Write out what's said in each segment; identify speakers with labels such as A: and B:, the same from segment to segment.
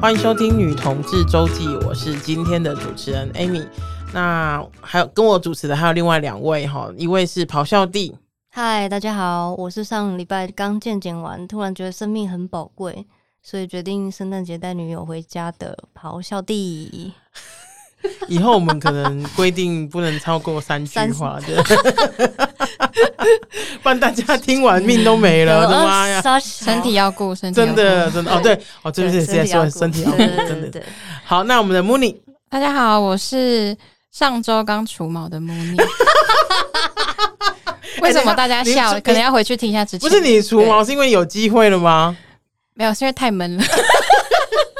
A: 欢迎收听《女同志周记》，我是今天的主持人 Amy。那还有跟我主持的还有另外两位哈，一位是咆哮帝，
B: 嗨，大家好，我是上礼拜刚健检完，突然觉得生命很宝贵，所以决定圣诞节带女友回家的咆哮帝。
A: 以后我们可能规定不能超过三句话的， 不然大家听完命都没
B: 呃
A: 了，我的妈呀！
B: 呀，
C: 身体要顾，身体要
A: 真
C: 顾
A: 的，。真的哦，对哦，对不起，
B: 对
A: 是在说身
B: 身
A: 体
B: 体
A: 要
B: 要
A: 顾，
B: 顾对对
A: 真的
B: 对对对
A: 好。那我们的 Mooney
C: 大家好，我是上周刚除毛 的 Mooney。为什么大家笑
A: 你
C: 了？可能要回去听一下之前。
A: 不是你除毛，
C: 对，
A: 是因为有机会了吗？
C: 没有，是因为太闷了，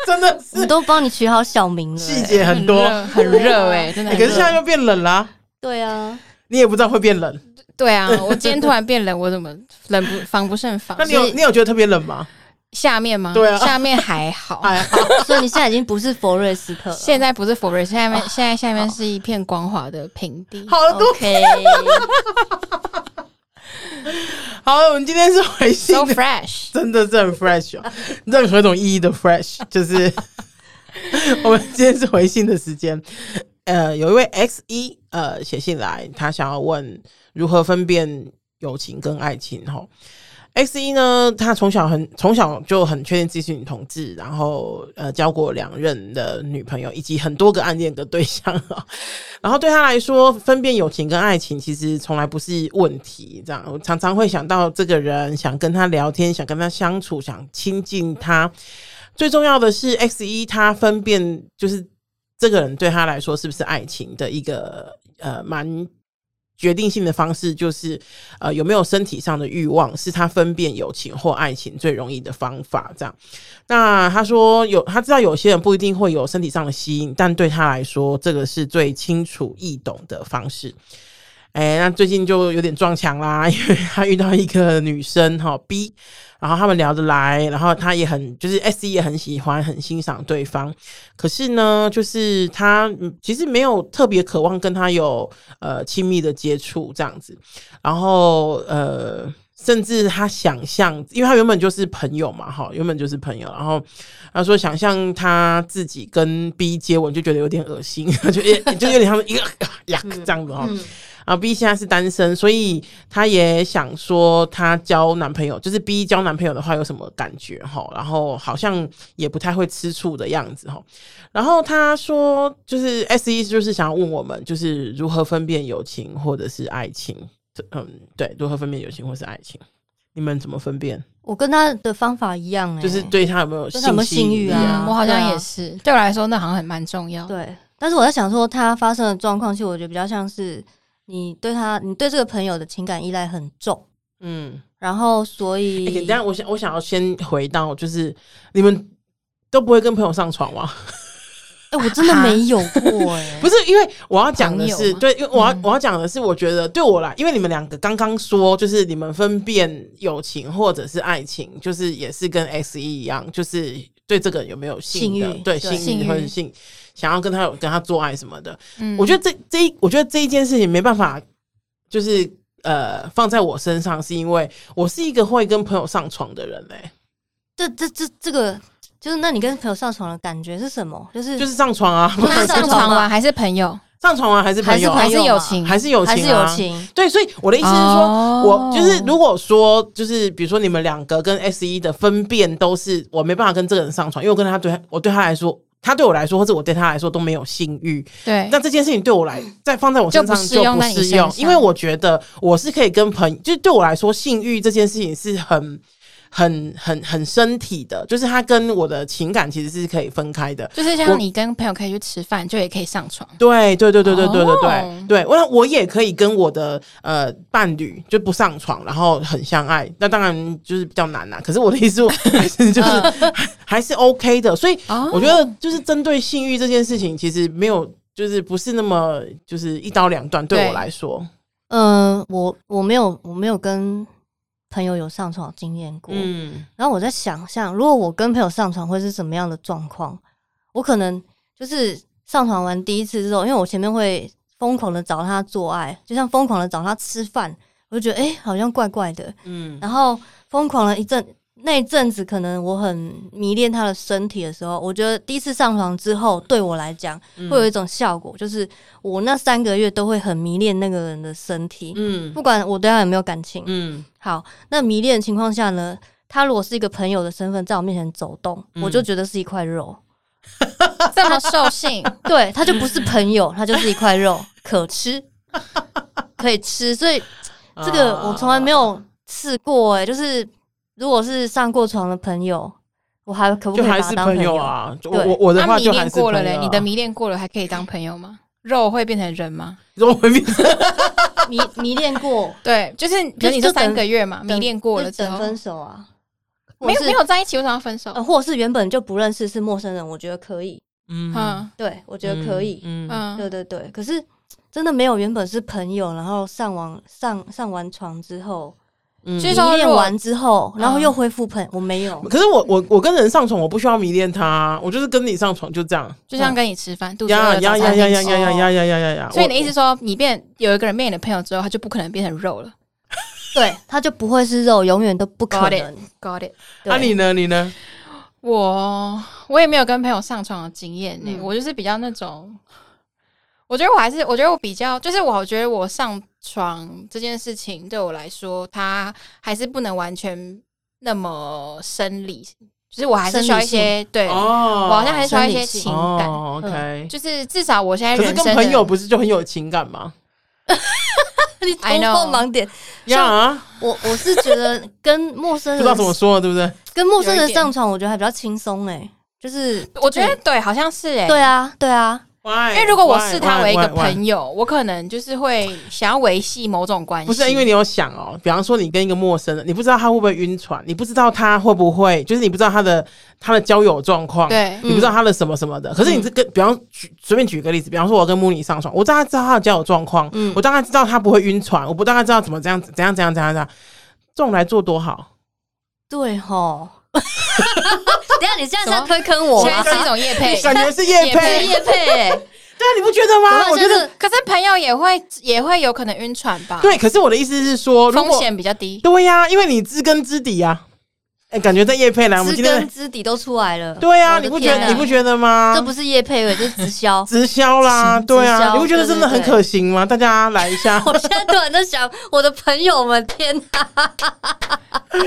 A: 真的
B: 我们
A: 是
B: 都帮你取好小名了、
A: 细
B: 欸
A: 节很多，
C: 热 很热哎，真的
A: 哎
C: 很
A: 可是现
C: 热。
A: 在又变冷啦，
B: 对啊，
A: 你也不知道会变冷。
C: 对啊，我今天突然变冷，我怎么冷不防不胜防
A: 那？你
C: 所
A: 有
C: 以
A: 你有觉得特别冷吗？
C: 下面吗？
A: 对啊
C: 下面还好。
A: 哎呀，
B: 所以你现在已经不是佛瑞斯特了。
C: 现在不是 f o r e 下面现在下面是一片光滑的平地。
A: 好多
B: OK，
A: 好，我们今天是回信
C: So
A: 的，
C: fresh，
A: 真的是很 fresh 哦，任何种意义的 fresh，就是我们今天是回信的时间。呃，有一位 X 一呃写信来，他想要问如何分辨友情跟爱情吼。X 一呢，他从小很从小就很确定自己是女同志，然后呃交过两任的女朋友，以及很多个暗恋的对象啊。然后对他来说，分辨友情跟爱情其实从来不是问题。这样，我常常会想到这个人，想跟他聊天，想跟他相处，想亲近他。最重要的是，X 一他分辨就是这个人对他来说是不是爱情的一个呃蛮决定性的方式，就是呃有没有身体上的欲望，是他分辨友情或爱情最容易的方法。这样，那他说有，他知道有些人不一定会有身体上的吸引，但对他来说，这个是最清楚易懂的方式。哎，那最近就有点撞墙啦，因为他遇到一个女生哈、B，然后他们聊得来，然后他也很就是 S E 也很喜欢，很欣赏对方。可是呢，就是他嗯其实没有特别渴望跟他有呃亲密的接触这样子，然后呃，甚至他想象，因为他原本就是朋友嘛，哈，原本就是朋友，然后他说想象他自己跟 B 接吻，就觉得有点恶心， 就也就有点像是一个 呀这样子
B: 嗯
A: 哈。啊，B 现在是单身，所以她也想说，她交男朋友，就是 B 交男朋友的话有什么感觉哈？然后好像也不太会吃醋的样子哈。然后她说，就是 S E 就是想要问我们，就是如何分辨友情或者是爱情？嗯，对，如何分辨友情或是爱情？你们怎么分辨？
B: 我跟他的方法一样、欸，
A: 就是对他有没有
B: 就是有没有
A: 性吸引
B: 性欲
A: 力
B: 啊
C: 嗯，我好
B: 对
C: 像
B: 啊
C: 也是，对我来说那好像很蛮重要的。
B: 对，但是我在想说，他发生的状况，其实我觉得比较像是你对他，你对这个朋友的情感依赖很重，
A: 嗯，
B: 然后所
A: 哎、
B: 以、
A: 等一下我想我想要先回到，就是你们都不会跟朋友上床吗？
B: 哎、我真的没有过哎、
A: 不
B: 是
A: 是，因为我要讲的
C: 朋
A: 是，
C: 友吗
A: 对，因为我要、
C: 嗯
A: 我要讲的是，我觉得对我来，因为你们两个刚刚说，就是你们分辨友情或者是爱情，就是也是跟 S E 一样，就是对这个人有没有性的
B: 性欲
A: 对
B: 对
A: 性欲
C: 性欲
A: 或者性想要跟他有跟他做爱什么的。
C: 嗯
A: 我觉得这这一，我觉得这一件事情没办法，就是呃，放在我身上，是因为我是一个会跟朋友上床的人嘞、欸
B: 这这这这个就是，那你跟朋友上床的感觉是什么？就是
A: 就是上床啊，
B: 不是
C: 上
B: 上
C: 床
B: 床
C: 吗？
B: 吗？
C: 还是朋友？
A: 上床啊，还是朋友啊，
C: 还
B: 还
C: 是
B: 是
C: 友
B: 友
C: 情？
B: 情
A: 还是友情、啊，
B: 还是友情？
A: 对，所以我的意思是说，
C: 哦
A: 我就是如果说就是比如说你们两个跟 S E 一的分辨都是我没办法跟这个人上床，因为我跟他对我对他来说，他对我来说或者我对他来说都没有性欲，
C: 对
A: 那这件事情对我 来再放在我身上
C: 就不适
A: 就
C: 用
A: 不
C: 在你
A: 适
C: 身
A: 用，
C: 上
A: 因为我觉得我是可以跟朋就是对我来说性欲这件事情是很。很很很身体的，就是它跟我的情感其实是可以分开的。
C: 就是
A: 我
C: 像你跟朋友可以去吃饭，就也可以上床。
A: 对对对对对对对对、
C: 哦
A: 对，我我也可以跟我的呃伴侣就不上床，然后很相爱。那当然就是比较难啊啦、可是我的意思，我还是就是 还是 OK 的。所以
C: 哦
A: 我觉得就是针对性欲这件事情，其实没有就是不是那么就是一刀两断。对我
C: 对
A: 来说，
B: 嗯、我我没有我没有跟朋友有上床的经验过，
A: 嗯，
B: 然后我在想象，如果我跟朋友上床会是什么样的状况？我可能就是上床完第一次之后，因为我前面会疯狂的找他做爱，就像哎疯狂的找他吃饭，我就觉得诶好像怪怪的，
A: 嗯
B: 然后疯狂了一阵，那一阵子可能我很迷恋他的身体的时候，我觉得第一次上床之后，对我来讲
A: 嗯
B: 会有一种效果，就是我那三个月都会很迷恋那个人的身体，
A: 嗯
B: 不管我对他有没有感情。
A: 嗯
B: 好，那迷恋的情况下呢，他如果是一个朋友的身份在我面前走动，
A: 嗯
B: 我就觉得是一块肉，
C: 这么兽性，
B: 对，他就不是朋友，他就是一块肉，可吃，可以吃。所以
A: 啊嗯
B: 这个我从来没有试过、欸，就是如果是上过床的朋友，我还可不可
A: 就
B: 以把
A: 还
B: 他
A: 是
B: 当朋
A: 朋友
B: 友？
A: 啊，就
B: 对
A: 我我 我的
C: 他
A: 话
C: 迷
A: 就还
C: 恋
A: 是朋
C: 过
A: 友
C: 了
A: 啊
C: 嘞，你 的迷恋过了还可以当朋友吗？肉会变成人吗？
A: 我会变成
B: 迷迷恋过，
C: 对，就是比如你
B: 就
C: 这
B: 等
C: 三个月嘛， 迷
B: 等
C: 恋过
B: 就
C: 了之
B: 等
C: 后，
B: 分手啊，或
C: 没有
B: 是
C: 没有在一起，为什么要分手？
B: 呃，或者是原本就不认识是陌生人，我觉得可以，
A: 嗯，
C: 嗯
B: 对我觉得可以，
A: 嗯嗯
C: 嗯，
B: 对对对。可是真的没有原本是朋友，然后上网上上完床之后，
A: 嗯
C: 就是
B: 迷
C: 说
B: 恋
C: 如果
B: 完之后，然后
C: 嗯
B: 又恢复朋友，我没有，
A: 可是我我我跟人上床，我不需要迷恋他，我就是跟你上床就这样。
C: 就像跟你吃饭，肚子
A: 呀呀
C: 饿
A: 呀
C: 早餐
A: 呀
C: 店
A: 呀
C: 吃
A: 呀呀呀呀呀呀呀！
C: 所以
A: 我
C: 你的意思说，你变有一个人变你的朋友之后，他就不可能变成肉了
B: 对，他就不会是肉，永远都不可
C: Got it
B: 能。
C: ？Got it？
A: 啊，你呢？你呢？
C: 我我也没有跟朋友上床的经验呢、
B: 嗯
C: 我就是比较那种，我觉得我还是，我觉得我比较，就是我觉得我上床这件事情对我来说，它还是不能完全那么生理，就是我还是需要一些对、
A: 哦
C: 我好像还是需要一些情感，嗯
A: 哦，OK。
C: 就是至少我现在
A: 可是
C: 人
A: 跟
C: 生的
A: 朋友不是就很有情感吗？
B: 你
C: I
B: 突破
C: know
B: 盲点，
A: 呀啊，
B: 我我是觉得跟陌生
A: 不知道
B: 人
A: 怎么说，对不
C: 嗯
A: 对？
B: 跟陌生
C: 有
B: 人
C: 一点
B: 上床，我觉得还比较轻松哎，就是
C: 我觉得对，好像是哎、
B: 对啊对啊，
A: 因
C: 因为如果我视他为一个朋友，我可能就是会想要维系某种关系。
A: 不是因为你有想哦，比方说你跟一个陌生人，你不知道他会不会晕船，你不知道他会不会，就是你不知道他的他的交友状况，
C: 对
A: 你不知道他的什么什么的。可是你
B: 嗯
A: 这个，比方举随便举个例子，比方说我跟穆尼上床，我大概知道他的交友状况，
B: 嗯
A: 我大概知道他不会晕船，我不大概知道怎么这样怎样怎样怎样怎样，这种来做多好。
B: 对吼。 等一下你现在是在
C: 什么
B: 推坑我啊
C: 现
B: 吗？
C: 在是一种 业配，
A: 感觉是叶
C: 叶配
A: 佩，
B: 叶配欸，
A: 对啊，你不觉得吗？我觉得
C: 可是朋友也会也会有可能晕船吧？，
A: 对。可是我的意思是说，如
C: 风
A: 果
C: 险比较低。
A: 对呀、因为你知根知底呀、啊。哎、感觉在叶佩来，我们
B: 知
A: 今天
B: 根
A: 的
B: 知底都出来了。
A: 对啊呀、
B: 我的
A: 你不觉
B: 天
A: 得
B: 哪
A: 你不觉得吗？。
B: 这不是叶配了，这是直销
A: 直销啦，
B: 直
A: 对啊，
B: 销
A: 你不觉得真的很可行吗？大家来一下，
B: 我现在突然在想，我的朋友们，天哪！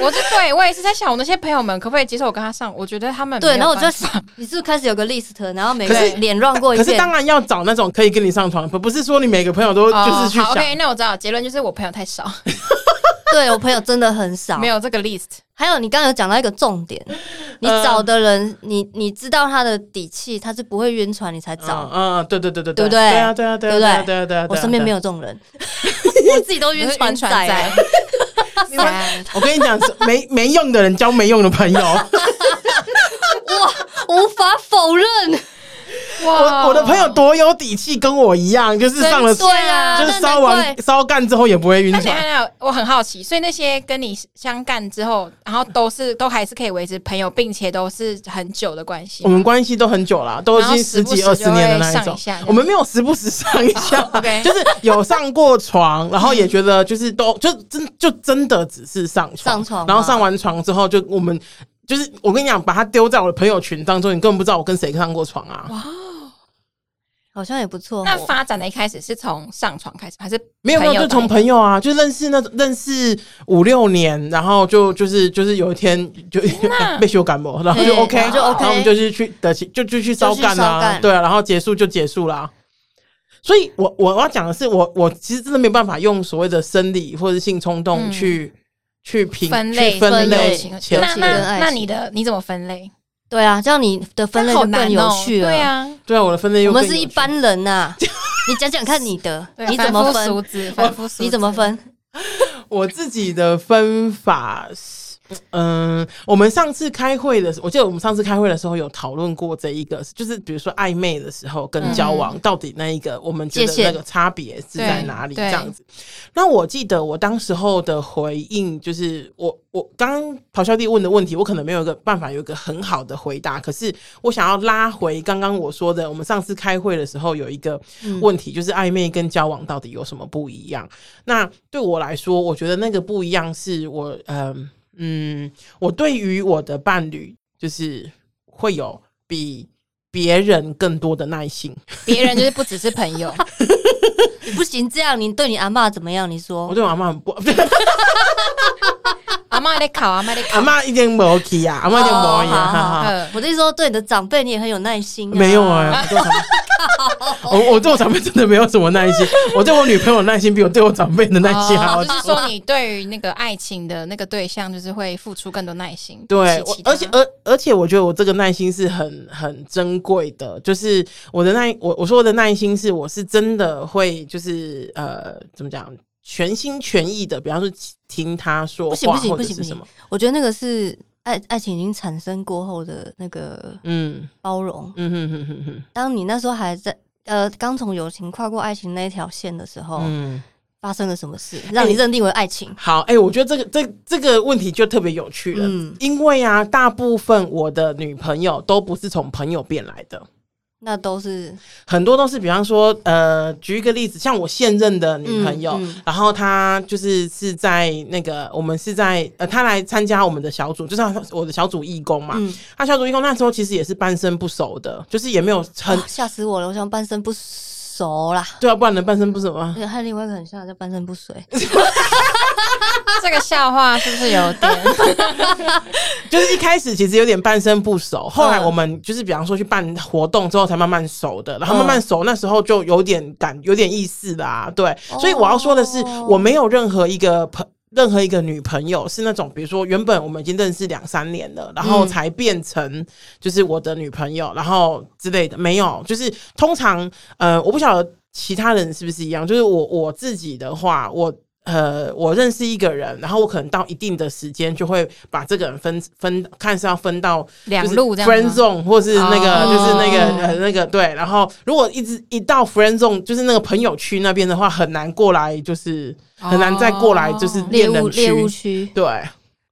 C: 我是对我也是在想，我那些朋友们可不可以接受我跟他上？我觉得他们
B: 对，然后我就
C: 在
B: 你是不是开始有个 list，然后每
A: 可
B: 个
A: 是
B: 脸乱过一
A: 可是
B: 遍？
A: 当然要找那种可以跟你上床，不不是说你每个朋友都
B: 哦
A: 就是去
C: 哦好
A: 想，
C: ，OK，那我知道结论就是我朋友太少，
B: 对我朋友真的很少，
C: 没有这个 list。
B: 还有，你刚刚有讲到一个重点，你找的人，你你知道他的底气，他是不会晕船，你才
A: 嗯
B: 找。
A: 嗯，对对对对对
B: 对不对
A: 对啊对啊对啊
B: 对不
A: 对
B: 对
A: 啊对啊对啊，
B: 我身边没
A: 有。
B: 有这种人，我自己都晕船仔
C: 在
B: 了。，
C: Sad
A: 我跟你讲，没 没用的人交没用的朋友。
B: 哦无法否认。
C: 哇
A: 我我的朋友多有底气，跟我一样，就是上了
C: 真的
B: 对啊，
A: 就是
B: 那
A: 烧
B: 难怪
A: 完烧干之后也不会晕
C: 那等一
A: 船。
C: 下，我很好奇，所以那些跟你相干之后，然后都是都还是可以维持朋友，并且都是很久的关系
A: 我。们关系都很久啦，都已
C: 然后
A: 经十
C: 时不
A: 几
C: 时
A: 二十
C: 就
A: 年的
C: 会
A: 那
C: 上
A: 种
C: 一下。哦
A: 我们没有时不时上一 下
C: OK 嗯
A: 就是有上过床，然后也觉得就是都就真就真的只是上床，
B: 上床
A: 然后
B: 嘛
A: 上完床之后就我们。就是我跟你讲，把它丢在我的朋友群当中，你根本不知道我跟谁上过床啊！
B: 好像也不错哦。
C: 那发展的一开始是从上床开始，还是
A: 没有没有，
C: 朋
A: 就
C: 友
A: 从朋友啊，就认识那种认识五六年，然后就就是就是有一天就
C: 哪
A: 被修感冒，然后就
B: 对
A: OK，
B: 然后就 OK
A: 然后我们就是去的就就去烧干
B: 就去烧
A: 啊，
B: 干
A: 对啊，然后结束就结束啦。所以我我要讲的是，我我其实真的没办法用所谓的生理或者性冲动
C: 嗯
A: 去、去评
C: 分
A: 去
C: 类
A: 分
B: 类
A: 类
B: 情
A: 前
C: 那
B: 情跟
C: 那
B: 爱
C: 那
B: 情
C: 你的你怎么分类？
B: 对啊，这样你的分类
C: 那
B: 就
C: 好难
B: 更
C: 哦
B: 有趣了。
C: 对，啊，
A: 对啊，我的分类又
B: 我们
A: 更
B: 是
A: 有
B: 一
A: 趣
B: 般人呐。你讲讲看你的，
C: 对啊
B: 你怎么
C: 凡夫俗
B: 分？
C: 子？凡夫俗子
B: 你怎么？分？
A: 我自己的分法是，嗯，我们上次开会的时候，我记得我们上次开会的时候有讨论过这一个，就是比如说暧昧的时候跟交往、到底那一个我们觉得
B: 嗯界限
A: 那个差别是在
C: 对
A: 哪里
C: 对
A: 这样子。那我记得我当时候的回应就是我，我刚刚咆哮帝问的问题，我可能没有一个办法有一个很好的回答，可是我想要拉回刚刚我说的，我们上次开会的时候有一个
C: 嗯
A: 问题，就是暧昧跟交往到底有什么不一样？那对我来说，我觉得那个不一样是我，嗯、嗯，我对于我的伴侣，就是会有比别人更多的耐心。
C: 别人就是不只是朋 友，
B: 你不行这样，你对你阿嬷怎么样？你
A: 我
B: 说
A: 对我阿妈很不，
C: 阿妈在考，阿 妈在考
A: 阿，妈一点没 OK 呀，阿妈一点没啊
B: 哦好好
A: 呀，
C: 呃
B: 我的意思说，对你的长辈你也很有耐心、
A: 没有，啊。我对我长辈我我对我长辈真的没有什么耐 心，我对我女朋友耐心比我对我长辈的耐心还要
C: 哦
A: 多
C: 就是说你对于那个爱情的那个对象，就是会付出更多耐心。
A: 对，
C: 比
A: 我
C: 起
A: 而且
C: 其他
A: 而而且，我觉得我这个耐心是很很珍贵的。就是我的耐，我我说的耐心是，我是真的会，就是呃，怎么讲，全心全意的，比方说听他说
B: 不行
A: 话
B: 不行
A: 或
B: 不
A: 者
B: 行不
A: 是什
B: 行
A: 么，，
B: 我觉得那个是爱爱情已经产生过后的那个
A: 嗯
B: 包容。
A: 嗯哼哼哼哼，
B: 当你那时候还在呃刚从友情跨过爱情那一条线的时候，
A: 嗯，
B: 发生了什么事让你认定为爱情？
A: 好，哎、我觉得这个这这个问题就特别有趣了，
B: 嗯
A: 因为啊，大部分我的女朋友都不是从朋友变来的，
B: 那都是
A: 很多都是，比方说，呃，举一个例子，像我现任的女朋友，
B: 嗯嗯
A: 然后她就是是在那个我们是在呃，她来参加我们的小组，就是我的小组义工嘛。
B: 嗯，
A: 她小组义工那时候其实也是半生不熟的，就是也没有很、
B: 哇吓、死我了！我想半身不熟啦，
A: 对啊，不然能半生不熟吗？
B: 而且还有另外一个很像叫半身 不遂，
C: 这个笑话是不是有点？
A: 就是一开始其实有点半生不
B: 嗯
A: 熟，后来我们就是比方说去办活动之后才慢慢熟的，然后慢慢熟那时候就有点感有点意思啦、对，
B: 哦
A: 所以我要说的是，我没有任何一个朋。任何一个女朋友是那种，比如说原本我们已经认识两三年了，然后
B: 嗯
A: 才变成就是我的女朋友，然后之类的，没有。就是通常，呃，我不晓得其他人是不是一样。就是我我自己的话，我呃，我认识一个人，然后我可能到一定的时间就会把这个人分分，看是要分到
C: 两
A: 就是
C: 路这样吗
A: friend zone，或是那个、
C: 哦
A: 就是那个呃那个对。然后如果一直一到 friend zone，就是那个朋友区那边的话，很难过来，就是很难再过来，就是
C: 哦
B: 猎
A: 恋
B: 物
A: 人
B: 猎物
A: 区。
B: 区。
A: 对，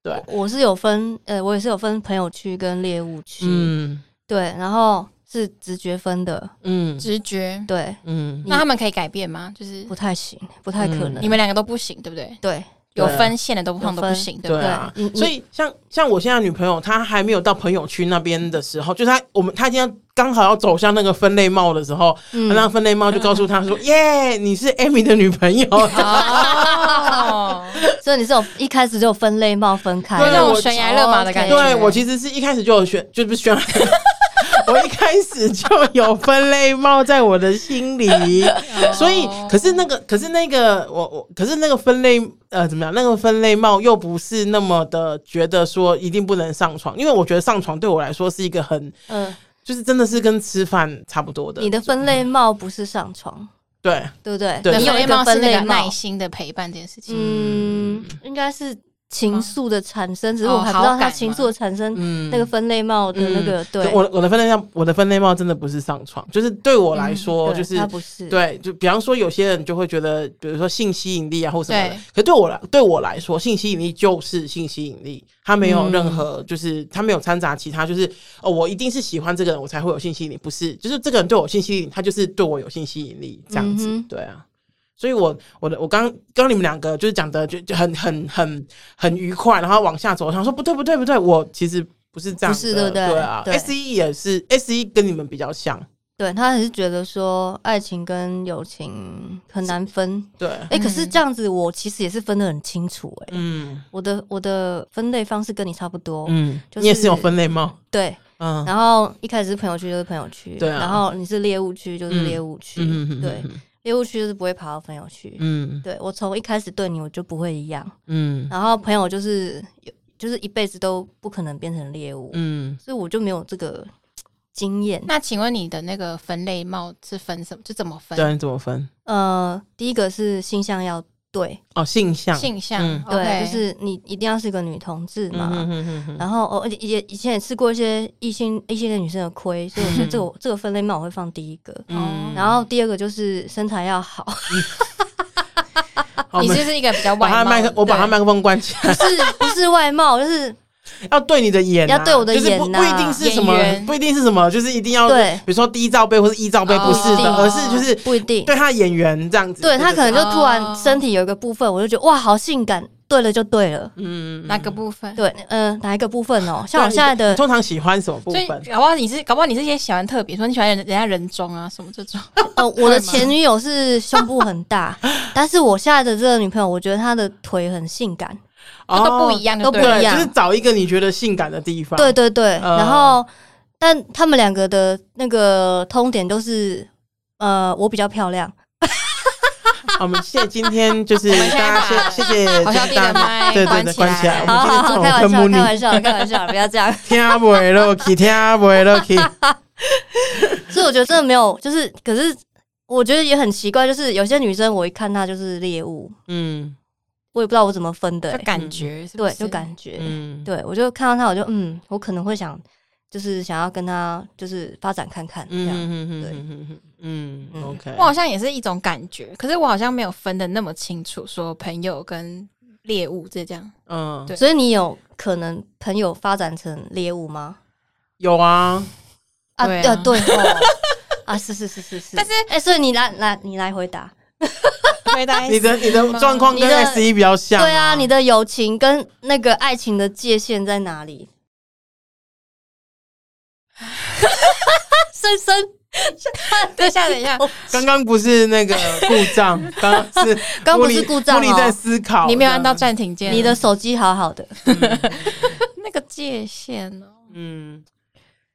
A: 对，
B: 我是有分，呃，我也是有分朋友区跟猎物区，
A: 嗯
B: 对，然后是直觉分的，
A: 嗯
C: 直觉。
B: 对，
A: 嗯，
C: 那他们可以改变吗？就是
B: 不太行，不太可能，
C: 你们两个都不行，对不对？
B: 对
C: 有
A: 对啊
C: 分线的都不通都
B: 有
C: 不
B: 分
C: 行，对不
A: 对
C: 对？
A: 啊
B: 对，你
A: 所以像像我现在女朋友，她还没有到朋友区那边的时候，就是她我们她今天刚好要走向那个分类帽的时候，
B: 嗯
A: 那分类帽就告诉她说：“耶，你是 Amy 的女朋友。啊
C: 哦，
B: 所以你是有一开始就有分类帽分开
C: 有
A: 对啊
C: 那
B: 的，
C: 种悬崖勒马的感”觉。
A: 对我其实是一开始就有选，就是选。我一开始就有分类帽在我的心里，所以可是那个，可是那个，我我可是那个分类呃怎么样？那个分类帽又不是那么的觉得说一定不能上床，因为我觉得上床对我来说是一个很
B: 嗯，
A: 就是真的是跟吃饭差不多的。
B: 你的分类帽不是上床，
A: 对，
B: 对不对？
A: 对
B: 你
C: 你有
B: 有一
C: 一个
B: 个分
C: 分类
B: 类帽
C: 耐，心的陪伴这件事情。
B: 嗯，应该是情愫的产生，只是
C: 哦
B: 我还不知道
C: 好
B: 它
C: 感吗
B: 情愫的产生
A: 嗯
B: 那个分类帽的那个对，
A: 我我的分类帽，我的分类帽真的不是上床，就是对我来说，
B: 嗯对
A: 就是
B: 它不是，
A: 对，就比方说有些人就会觉得，比如说性吸引力啊或什么的
C: 对，
A: 可对我来对我来说，性吸引力就是性吸引力，它没有
B: 嗯
A: 任何、就是它没有掺杂其他，就是哦，我一定是喜欢这个人，我才会有性吸引力，不是，就是这个人对我有性吸引力，他就是对我有性吸引力这样子，
B: 嗯哼
A: 对啊。所以我，我的我刚刚你们两个就是讲的就就很很很很愉快，然后往下走，我想说不对不对不对，我其实不是这样的，
B: 不是对不对
A: 啊
B: 对
A: ，S E 也是 S E 跟你们比较像，
B: 对他还是觉得说爱情跟友情很难分。
A: 对，
B: 哎、可是这样子，我其实也是分得很清楚、诶
A: 嗯
B: 我的我的分类方式跟你差不多，
A: 嗯，
B: 就是
A: 你也是有分类吗？
B: 对。
A: 嗯，
B: 然后一开始是朋友区就是朋友区，
A: 对啊
B: 然后你是猎物区就是猎物区，
A: 嗯
B: 对，猎物区就是不会跑到朋友区。
A: 嗯
B: 对我从一开始对你我就不会一样，
A: 嗯
B: 然后朋友就是有就是一辈子都不可能变成猎物，
A: 嗯，
B: 所以我就没有这个经验。
C: 那请问你的那个分类帽是分什么？就怎么分？
A: 对，你怎么分？
B: 呃，第一个是性向要对，
A: 哦，性向，
C: 性向
A: 嗯，
B: 对，
C: OK
B: 就是你一定要是个女同志嘛。
A: 嗯嗯嗯
B: 然后哦，而且也以前也吃过一些异性异性恋女生的亏，所以我觉得这个这个分类帽我会放第一个。
A: 嗯，
B: 然后第二个就是身材要好，
A: 好我
C: 你
A: 们
C: 就是一个比较
A: 把
C: 外
A: 他
C: 貌
A: 的麦克，哦我把他
C: 对
A: 麦克风关起来，
B: 不是不是外貌，就是
A: 要对你的眼啊，
B: 要对我的
A: 就是不
B: 眼
A: 不
B: 呐
A: 一定是什么
C: 演，员
A: 不一定是什么，就是一定要，比
B: 对
A: 如说低罩杯或是一罩杯，
C: 哦
A: 不哦是的，
C: 不
A: 而
C: 一定
A: 是就是
B: 不一定
A: 对。他的眼缘这样子，
B: 对他可能就突
C: 哦
B: 然身体有一个部分，我就觉得哇，好性感，对了就对了。
A: 嗯，
C: 哪个部分？
B: 对，嗯、哪一个部分 哦？像我
A: 那你
B: 现在的
A: 通常喜欢什么部
C: 所以
A: 分？
C: 搞不好你是搞不好你是也喜欢特别，说你喜欢人人家人中啊什么这种，
B: 呃，我的
C: 吗
B: 前女友是胸部很 大，但是我现在的这个女朋友，我觉得她的腿很性感。
C: 这都 不一
A: 样，
C: 样，
B: 都不
C: 对
B: 一
A: 哦
C: 了
A: 对，
B: 样
A: 就是找一个你觉得性感的地方。
B: 对对对，
A: 呃
B: 然后但他们两个的那个通点都是，呃，我比较 漂亮。
A: 好，我们谢今天就是
C: 我们先
A: 大家
C: 把
A: 谢谢谢
C: 好像
A: 谢
C: 弟的
A: 大家，
C: 麦
A: 对对
C: 关
A: 对
C: 起
A: 关起来哦我
C: 来
A: 们。
B: 好好好， 开玩
A: 今天这种
B: 笑，
A: 很
B: 开玩笑，开玩笑，不要这样。
A: 听不落去，听不落去。
B: 所以我觉得真的没有，就是可是我觉得也很奇怪，就是有些女生我一看她就是猎物，
A: 嗯
B: 我也不知道我怎么分的、
C: 就
B: 欸
C: 感觉是不
B: 对，
C: 是
B: 就感觉，
A: 嗯，
B: 对我就看到她，我就嗯，我可能会想，就是想要跟她就是发展看看这
A: 嗯
B: 样。
A: 嗯
B: 对
A: 嗯嗯嗯
B: 嗯
A: ，OK
C: 我。好像也是一种感觉，可是我好像没有分的那么清楚，说朋友跟猎物这这样。
A: 嗯，
C: 对
B: 所以你有可能朋友发展成猎物吗？
A: 有啊，
C: 对啊
B: 呃对 哦，啊是是是是是，
C: 但是
B: 哎、所以你来来你来回答，
C: 回答
A: 你的你的状况跟
B: 你的
A: S 一比较像。
B: 对啊，你的友情跟那个爱情的界限在哪 里？深深，
C: 等一下，等一下，
A: 刚刚不是那个故障，刚刚是
B: 刚不
A: 茉
B: 是
A: 莉
B: 故障
A: 茉莉在
B: 哦，
A: 思考，
C: 你没有按到暂停键，啊
B: 你的手机好好 的，
C: 那个界限哦。
A: 嗯，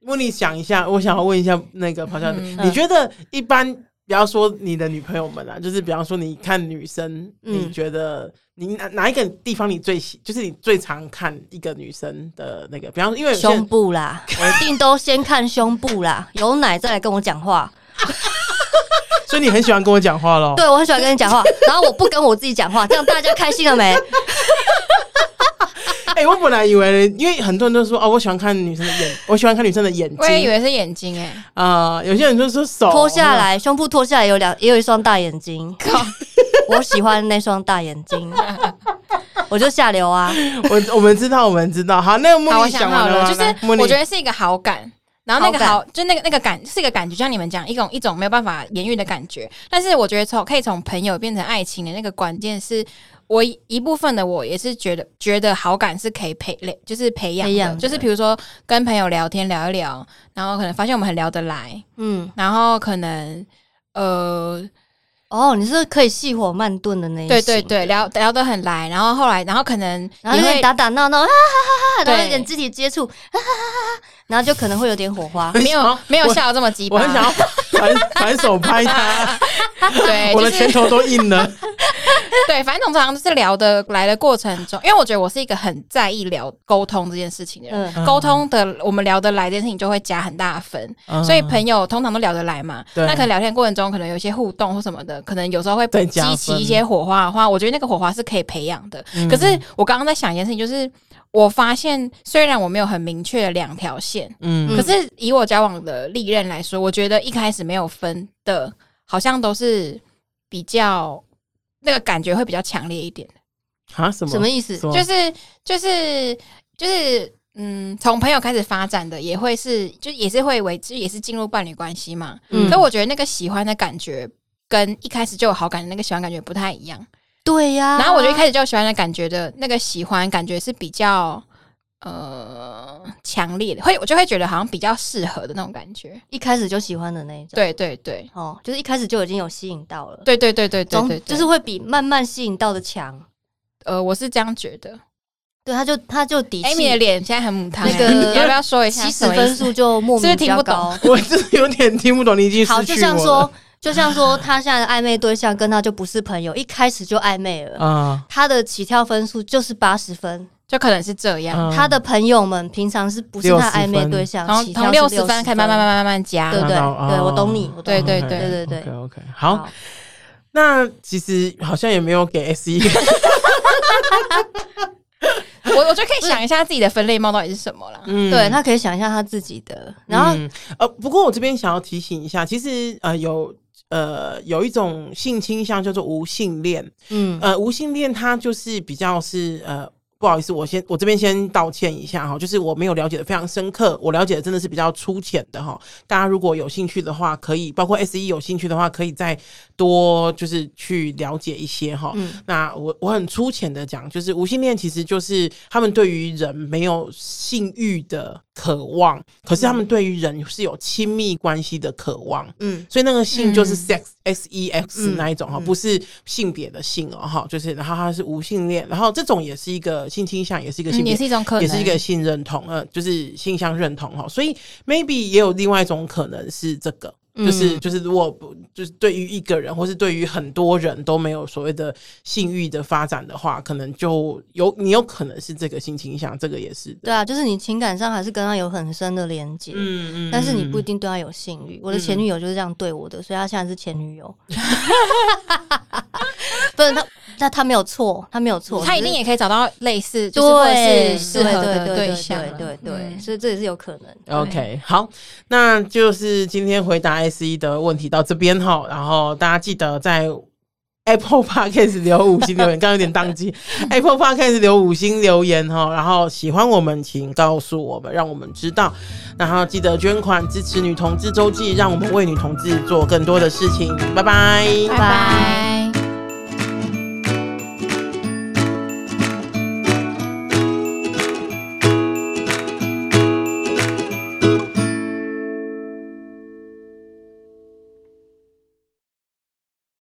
A: 问你想一下，我想要问一下那个咆哮女，
C: 嗯
A: 你觉得一般，不要说你的女朋友们啊，就是比方说你看女生，
B: 嗯
A: 你觉得你哪哪一个地方你最喜，就是你最常看一个女生的那个，比方说因为有些
B: 胸部啦，我一定都先看胸部啦， 有奶再来跟我讲话。
A: 所以你很喜欢跟我讲话咯。
B: 对我很喜欢跟你讲 话，然后我不跟我自己讲话，这样大家开心了没？
A: 哎、我本来以为，因为很多人都说哦，我喜欢看女生的眼，我喜欢看女生的眼
C: 我也以
A: 睛
C: 为是眼睛哎，
A: 啊、有些人就说手
B: 脱下，来，胸部脱下来有两，也有一双大眼 睛。我喜欢那双大眼睛，我就下流啊！
A: 我我们知道，我们知道。好，那个
C: 好，
A: 茉
C: 我
A: 莉
C: 想
A: 完
C: 好
A: 了
C: 了，
A: 吗，
C: 就是
A: 来茉莉
C: 我觉得是一个好感，然后那个
B: 好
C: 好，就那个那个感是一个感觉，就像你们讲一种一种没有办法言喻的感觉。但是我觉得从可以从朋友变成爱情的那个关键是。我一一部分的我也是觉得觉得好感是可以培累，就是培养的，
B: 培养的
C: 就是比如说跟朋友聊天聊一聊，然后可能发现我们很聊得来，
B: 嗯，
C: 然后可能呃
B: 哦，你是可以细火慢炖的那一
C: 对对
B: 型，
C: 对聊聊得很来，然后后来然后可能
B: 然后
C: 你
B: 有
C: 会
B: 点打打闹闹，啊哈哈哈哈，然后有
C: 对
B: 点肢体接触，啊哈哈哈，然后就可能会有点火花。
C: 没有没有笑得这么鸡巴，
A: 我很想要反 反手拍他，
C: 对，
A: 我的
C: 哎就是
A: 拳头都硬了。
C: 对，反正通常就是聊的来的过程中，因为我觉得我是一个很在意聊沟通这件事情的人，
B: 嗯，
C: 沟通的我们聊得来这件事情就会加很大的分，
A: 嗯
C: 所以朋友通常都聊得来嘛。
A: 对
C: 那可能聊天过程中可能有一些互动或什么的，可能有时候会
A: 再加
C: 激
A: 分
C: 起一些火花的话，我觉得那个火花是可以培养的。
A: 嗯
C: 可是我刚刚在想一件事情，就是我发现虽然我没有很明确的两条线，
A: 嗯
C: 可是以我交往的历任来说，我觉得一开始没有分的，好像都是比较那个感觉会比较强烈一点，
A: 啊什么
B: 什么意思？
A: 什么
C: 就是就是就是。嗯，从朋友开始发展的也会是，就也是会维，就也是进入伴侣关系嘛。
B: 嗯
C: 所以我觉得那个喜欢的感觉跟一开始就有好感的那个喜欢感觉不太一样。
B: 对呀。
C: 然后我就一开始就有喜欢的感觉的那个喜欢感觉是比较呃强烈的，会我就会觉得好像比较适合的那种感觉。
B: 一开始就喜欢的那一种，
C: 对对对
B: 哦，就是一开始就已经有吸引到了，
C: 对对对对对
B: 总
C: 对，对
B: 就是会比慢慢吸引到的强。
C: 呃，我是这样觉得。
B: 对，他就他就底气
C: Amy 的脸现在很母汤欸，
B: 那个
C: 你要不要说一下
B: 起始
C: 什么意
B: 分
C: 思？
B: 数就莫
C: 是不
B: 名
C: 是
B: 比
C: 听
B: 较
C: 不懂
B: 高。
A: 我真的有点听不懂，你已经失去我
B: 好，
A: 了
B: 就像说，就像说，他现在的暧昧对象跟他就不是朋友，一开始就暧昧
C: 嗯
B: 了。
A: 啊，
B: 他的起跳分数就是八十分，
C: 就可能是这样，
A: 嗯
B: 他的朋友们平常是不是他
A: 60
B: 暧昧对象？
C: 从
B: 起跳
C: 从
B: 是
C: 六
B: 六
C: 十分开始慢慢慢慢慢慢加
B: 对。不对？
A: 啊啊
B: 对，我懂你，我懂
C: 对
B: 你。
C: 对
A: 嗯
C: 对
B: 对对对
A: OK，OK，好，，那其实好像也没有给 S E 嗯一
C: 我我就可以想一下自己的分类猫到底是什么啦。
A: 嗯
B: 对他可以想一下他自己的，然后
A: 嗯呃，不过我这边想要提醒一下，其实呃有呃有一种性倾向叫做无性恋，
B: 嗯
A: 呃，无性恋它就是比较是呃不好意思，我先我这边先道歉一下哈，就是我没有了解的非常深刻，我了解的真的是比较粗浅的哈。大家如果有兴趣的话，可以包括 S E 有兴趣的话，可以再多就是去了解一些哈。
B: 嗯
A: 那我我很粗浅的讲，就是无性恋其实就是他们对于人没有性欲的渴望，可是他们对于人是有亲密关系的渴望。
B: 嗯
A: 所以那个性就是
C: 嗯
A: sex、s e x
B: 嗯
A: 那一种哈、
B: 嗯
A: 不是性别的性哦哈，就是然后他是无性恋，然后这种也是一个性倾向，也是一个性
C: 嗯
A: 别
C: 也是一种可能，
A: 也是一个性认同，呃，就是性向认同哈，所以 maybe 也有另外一种可能是这个，
B: 嗯
A: 就是、就是如果不就是对于一个人或是对于很多人都没有所谓的性欲的发展的话，可能就有你有可能是这个性倾向，这个也是的，
B: 对啊，就是你情感上还是跟他有很深的连接。
A: 嗯
B: 但是你不一定对他有性欲。我的前女友就是这样对我的，所以她现在是前女友。 不是他，那他没有错，他没有错，
C: 他一定
B: 只是
C: 也可以找到类似，就是或者
B: 对
C: 是适合
B: 对
C: 的
B: 对对
C: 象
B: 对
C: 了，
B: 对对，
C: 嗯
B: 所以这也是有可能。
A: OK，好，那就是今天回答 S E 的问题到这边哈，然后大家记得在 Apple Podcast 留五星留言，刚刚有点宕 机，Apple Podcast 留五星留言哈，然后喜欢我们请告诉我们，让我们知道，然后记得捐款支持女同志周记，让我们为女同志做更多的事情，拜拜。
C: 拜拜。